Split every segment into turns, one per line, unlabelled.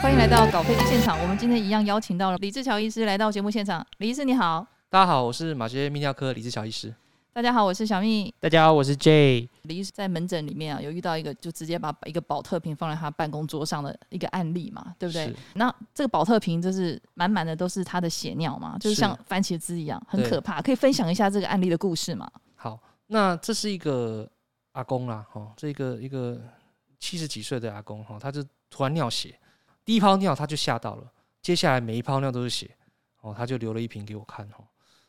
欢迎来到搞飞机现场。我们今天一样邀请到了李志乔医师来到节目现场。李医师你好，
大家好，我是马偕泌尿科李志乔医师。
大家好，我是小蜜。
大家好，我是 J。
李医师在门诊里面啊，有遇到一个就直接把一个保特瓶放在他办公桌上的一个案例嘛，对不对
是？
那这个保特瓶就是满满的都是他的血尿嘛，就是
是
像番茄汁一样，很
对
可怕。可以分享一下这个案例的故事吗？
好，那这是一个阿公啦，哦，这个一个七十几岁的阿公哈、哦，他就突然尿血，第一泡尿他就吓到了，接下来每一泡尿都是血，哦，他就留了一瓶给我看哦。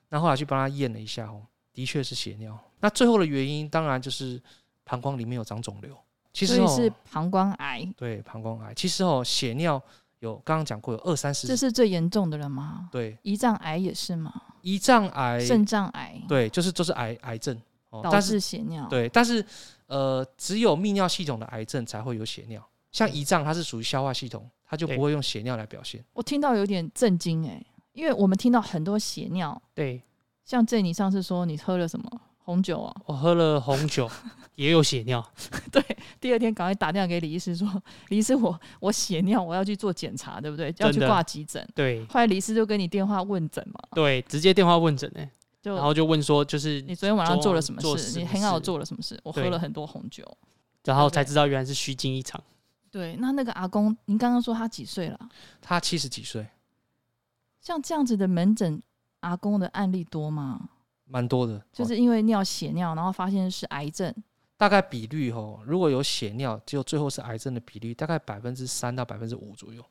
那后来去帮他验了一下哦，的确是血尿。那最后的原因当然就是膀胱里面有长肿瘤，其实
所以
哦，
是膀胱癌，
对膀胱癌，其实哦血尿有刚刚讲过有二三十
这，是最严重的了吗？
对，
胰脏癌也是吗？
胰脏癌，
肾脏癌
哎对，就是就是癌癌症哦，
哦导
但是
致血尿，
对，但是呃，只有泌尿系统的癌症才会有血尿，像胰脏它是属于消化系统，它就
对
不会用血尿来表现。
我听到有点震惊哎、因为我们听到很多血尿，
对
像这你上次说你喝了什么红酒啊，
我喝了红酒，也有血尿。
对，第二天赶快打电话给李医师说，李医师我我血尿，我要去做检查，对不对？要去
真的
挂急诊。
对
后来李医师就跟你电话问诊嘛，
对，直接电话问诊哎，
就
然后就问说，就是
你昨天晚上做了什么
做
事？
什
你
么
很好
事
做了什么事？我喝
对
了很多红酒。
然后才知道原来是虚惊一场。
对，那那个阿公，您刚刚说他几岁了？
他七十几岁，
像这样子的门诊阿公的案例多吗？
蛮多的，
就
哦
是因为尿血尿，然后发现是癌症，
大概比率哦，如果有血尿，只有最后是癌症的比率，大概百分之三到百分之五左右。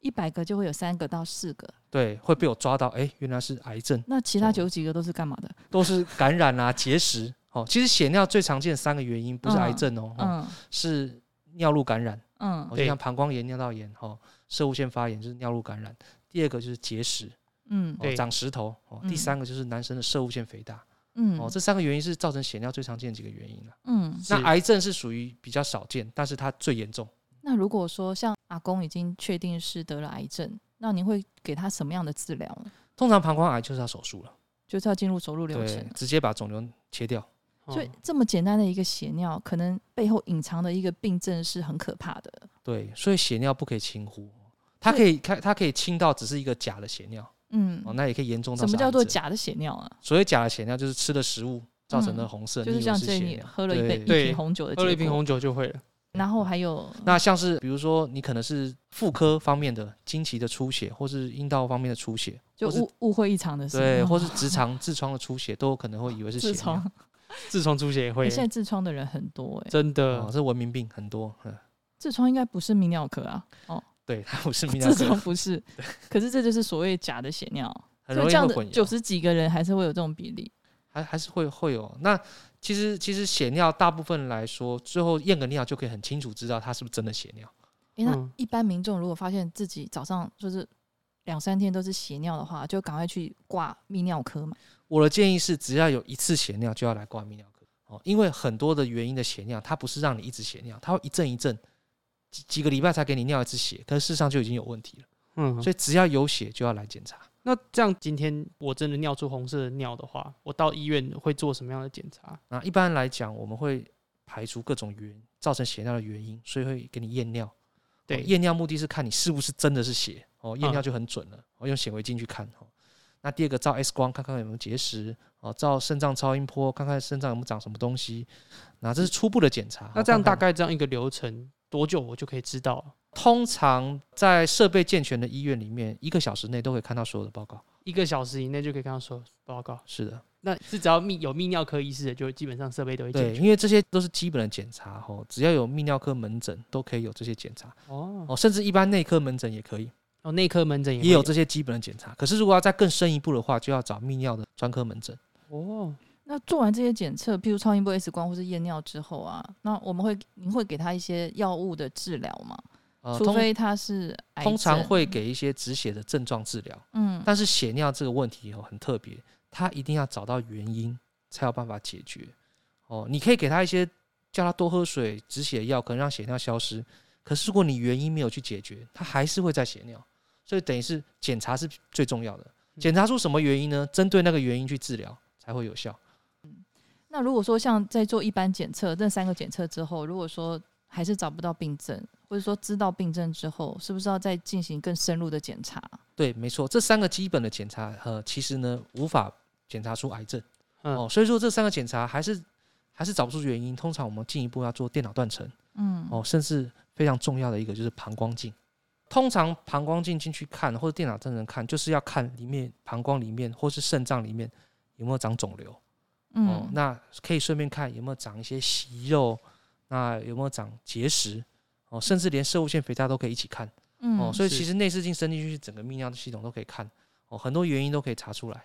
一百个就会有三个到四个，
对，会被我抓到，哎、原来是癌症，
那其他
哦
九十几个都是干嘛的？
都是感染啊、结石。哦，其实血尿最常见的三个原因不是癌症哦，哦
嗯
是尿路感染，
嗯
哦，就
对
像膀胱炎、尿道炎、哦，射物腺发炎就是尿路感染。第二个就是结石，
嗯
哦，
对
长石头哦，
嗯
第三个就是男生的射物腺肥大、
嗯
哦，这三个原因是造成血尿最常见的几个原因了、
嗯。
那
是
癌症是属于比较少见，但是它最严重。
那如果说像阿公已经确定是得了癌症，那您会给他什么样的治疗呢？
通常膀胱癌就是要手术了，
就是要进入手术流
对
程，，
直接把肿瘤切掉。
所以
哦
这么简单的一个血尿，可能背后隐藏的一个病症是很可怕的。
对，所以血尿不可以轻忽，它可以它它可以轻到只是一个假的血尿
嗯，
哦，那也可以严重到
什么
是
叫
癌
做
症？
假的血尿啊？
所谓假的血尿就是吃的食物造成的
嗯
红色，
就是
你以为
像
血
这你
尿
喝了一杯
对
一
对
瓶红酒的
喝了一
结
瓶
果，
红酒就会了。
然后还有
那像是比如说你可能是妇科方面的经期的出血，或是阴道方面的出血，
就
或是
误误会一场的事，
对，
嗯
或是直肠痔疮的出血，都有可能会以为是血
哦痔
尿
疮。。
痔疮出血也
哎
会，
现在痔疮的人很多哎，
真
哦，
的
这文明病很多，嗯，
痔疮应该不是泌尿科啊，哦，
对，它不是泌尿
痔疮
科，
不是， 可是这就是所谓假的血尿，
很
所以
容易
这样
会
的
混
九
淆，
十几个人还是会有这种比例。
还还是会会有。那其实其实血尿大部分来说，最后验个尿就可以很清楚知道它是不是真的血尿。
因为那
嗯
一般民众如果发现自己早上就是两三天都是血尿的话，就赶快去挂泌尿科嘛。
我的建议是，只要有一次血尿就要来挂泌尿科哦，因为很多的原因的血尿，它不是让你一直血尿，它会一阵一阵。几几个礼拜才给你尿一次血，可是事实上就已经有问题了，
嗯，
所以只要有血就要来检查。
那这样今天我真的尿出红色的尿的话，我到医院会做什么样的检查？
那一般来讲，我们会排除各种原因造成血尿的原因，所以会给你验尿。哦
对，
验尿目的是看你是不是真的是血哦，验
嗯
尿就很准了，哦，用显微镜去看哦。那第二个照 X 光看看有没有结石哦，照肾脏超音波看看肾脏有没有长什么东西。那这是初步的检查。
那
哦
这样
看
大
看
概这样一个流程多久我就可以知道啊？
通常在设备健全的医院里面，一个小时内都可以看到所有的报告。
一个小时以内就可以跟他说报告。
是的，
那是只要泌有泌尿科医师的，就基本上设备都会
对，
解决。
因为这些都是基本的检查哦，只要有泌尿科门诊都可以有这些检查
哦，
哦，甚至一般内科门诊也可以。
哦，内科门诊也
也有
会
这些基本的检查。可是如果要再更深一步的话，就要找泌尿的专科门诊。
哦，
那做完这些检测，譬如超音波、X 光或是验尿之后啊，那我们会您会给他一些药物的治疗吗？
呃，
除
通
非他是癌症
通常会给一些止血的症状治疗，
嗯，
但是血尿这个问题哦很特别，它一定要找到原因才有办法解决。哦，你可以给他一些叫他多喝水、止血药，可能让血尿消失。可是如果你原因没有去解决，他还是会再血尿。所以等于是检查是最重要的，检查出什么原因呢？针对那个原因去治疗才会有效。
那如果说像在做一般检测，这三个检测之后，如果说还是找不到病症，或者说知道病症之后，是不是要再进行更深入的检查？
对，没错，这三个基本的检查，呃，其实呢无法检查出癌症
嗯
哦，所以说这三个检查还是还是找不出原因。通常我们进一步要做电脑断层
嗯，
哦，甚至非常重要的一个就是膀胱镜。通常膀胱镜进去看或者电脑断层看，就是要看里面膀胱里面或是肾脏里面有没有长肿瘤。
嗯，
哦，那可以顺便看有没有长一些息肉，那有没有长结石，哦，甚至连射物腺肥大都可以一起看，
嗯
哦，所以
是
其实内视镜伸进去，整个泌尿系统都可以看，哦，很多原因都可以查出来。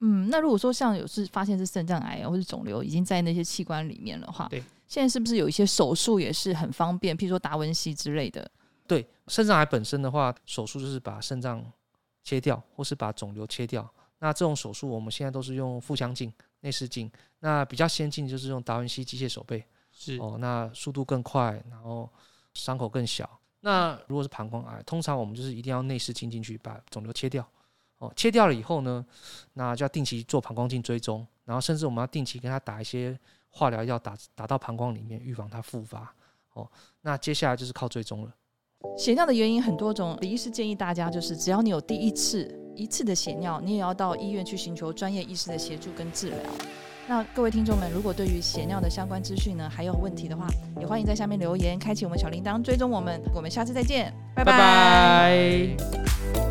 嗯，那如果说像有是发现是肾脏癌啊或是肿瘤已经在那些器官里面的话，
对，
现在是不是有一些手术也是很方便，譬如说达文西之类的？
对，肾脏癌本身的话，手术就是把肾脏切掉，或是把肿瘤切掉。那这种手术我们现在都是用腹腔镜、内视镜，那比较先进就是用达文西机械手背，
是
哦，那速度更快，然后伤口更小。那如果是膀胱癌，通常我们就是一定要内视镜进去把肿瘤切掉。哦，切掉了以后呢，那就要定期做膀胱镜追踪，然后甚至我们要定期跟他打一些化疗药打，打到膀胱里面，预防它复发。哦，那接下来就是靠追踪了。
血尿的原因很多种，李医师建议大家就是，只要你有第一次一次的血尿，你也要到医院去寻求专业医师的协助跟治疗。那各位听众们，如果对于血尿的相关资讯呢还有问题的话，也欢迎在下面留言，开启我们小铃铛，追踪我们。我们下次再见，拜
拜拜。
拜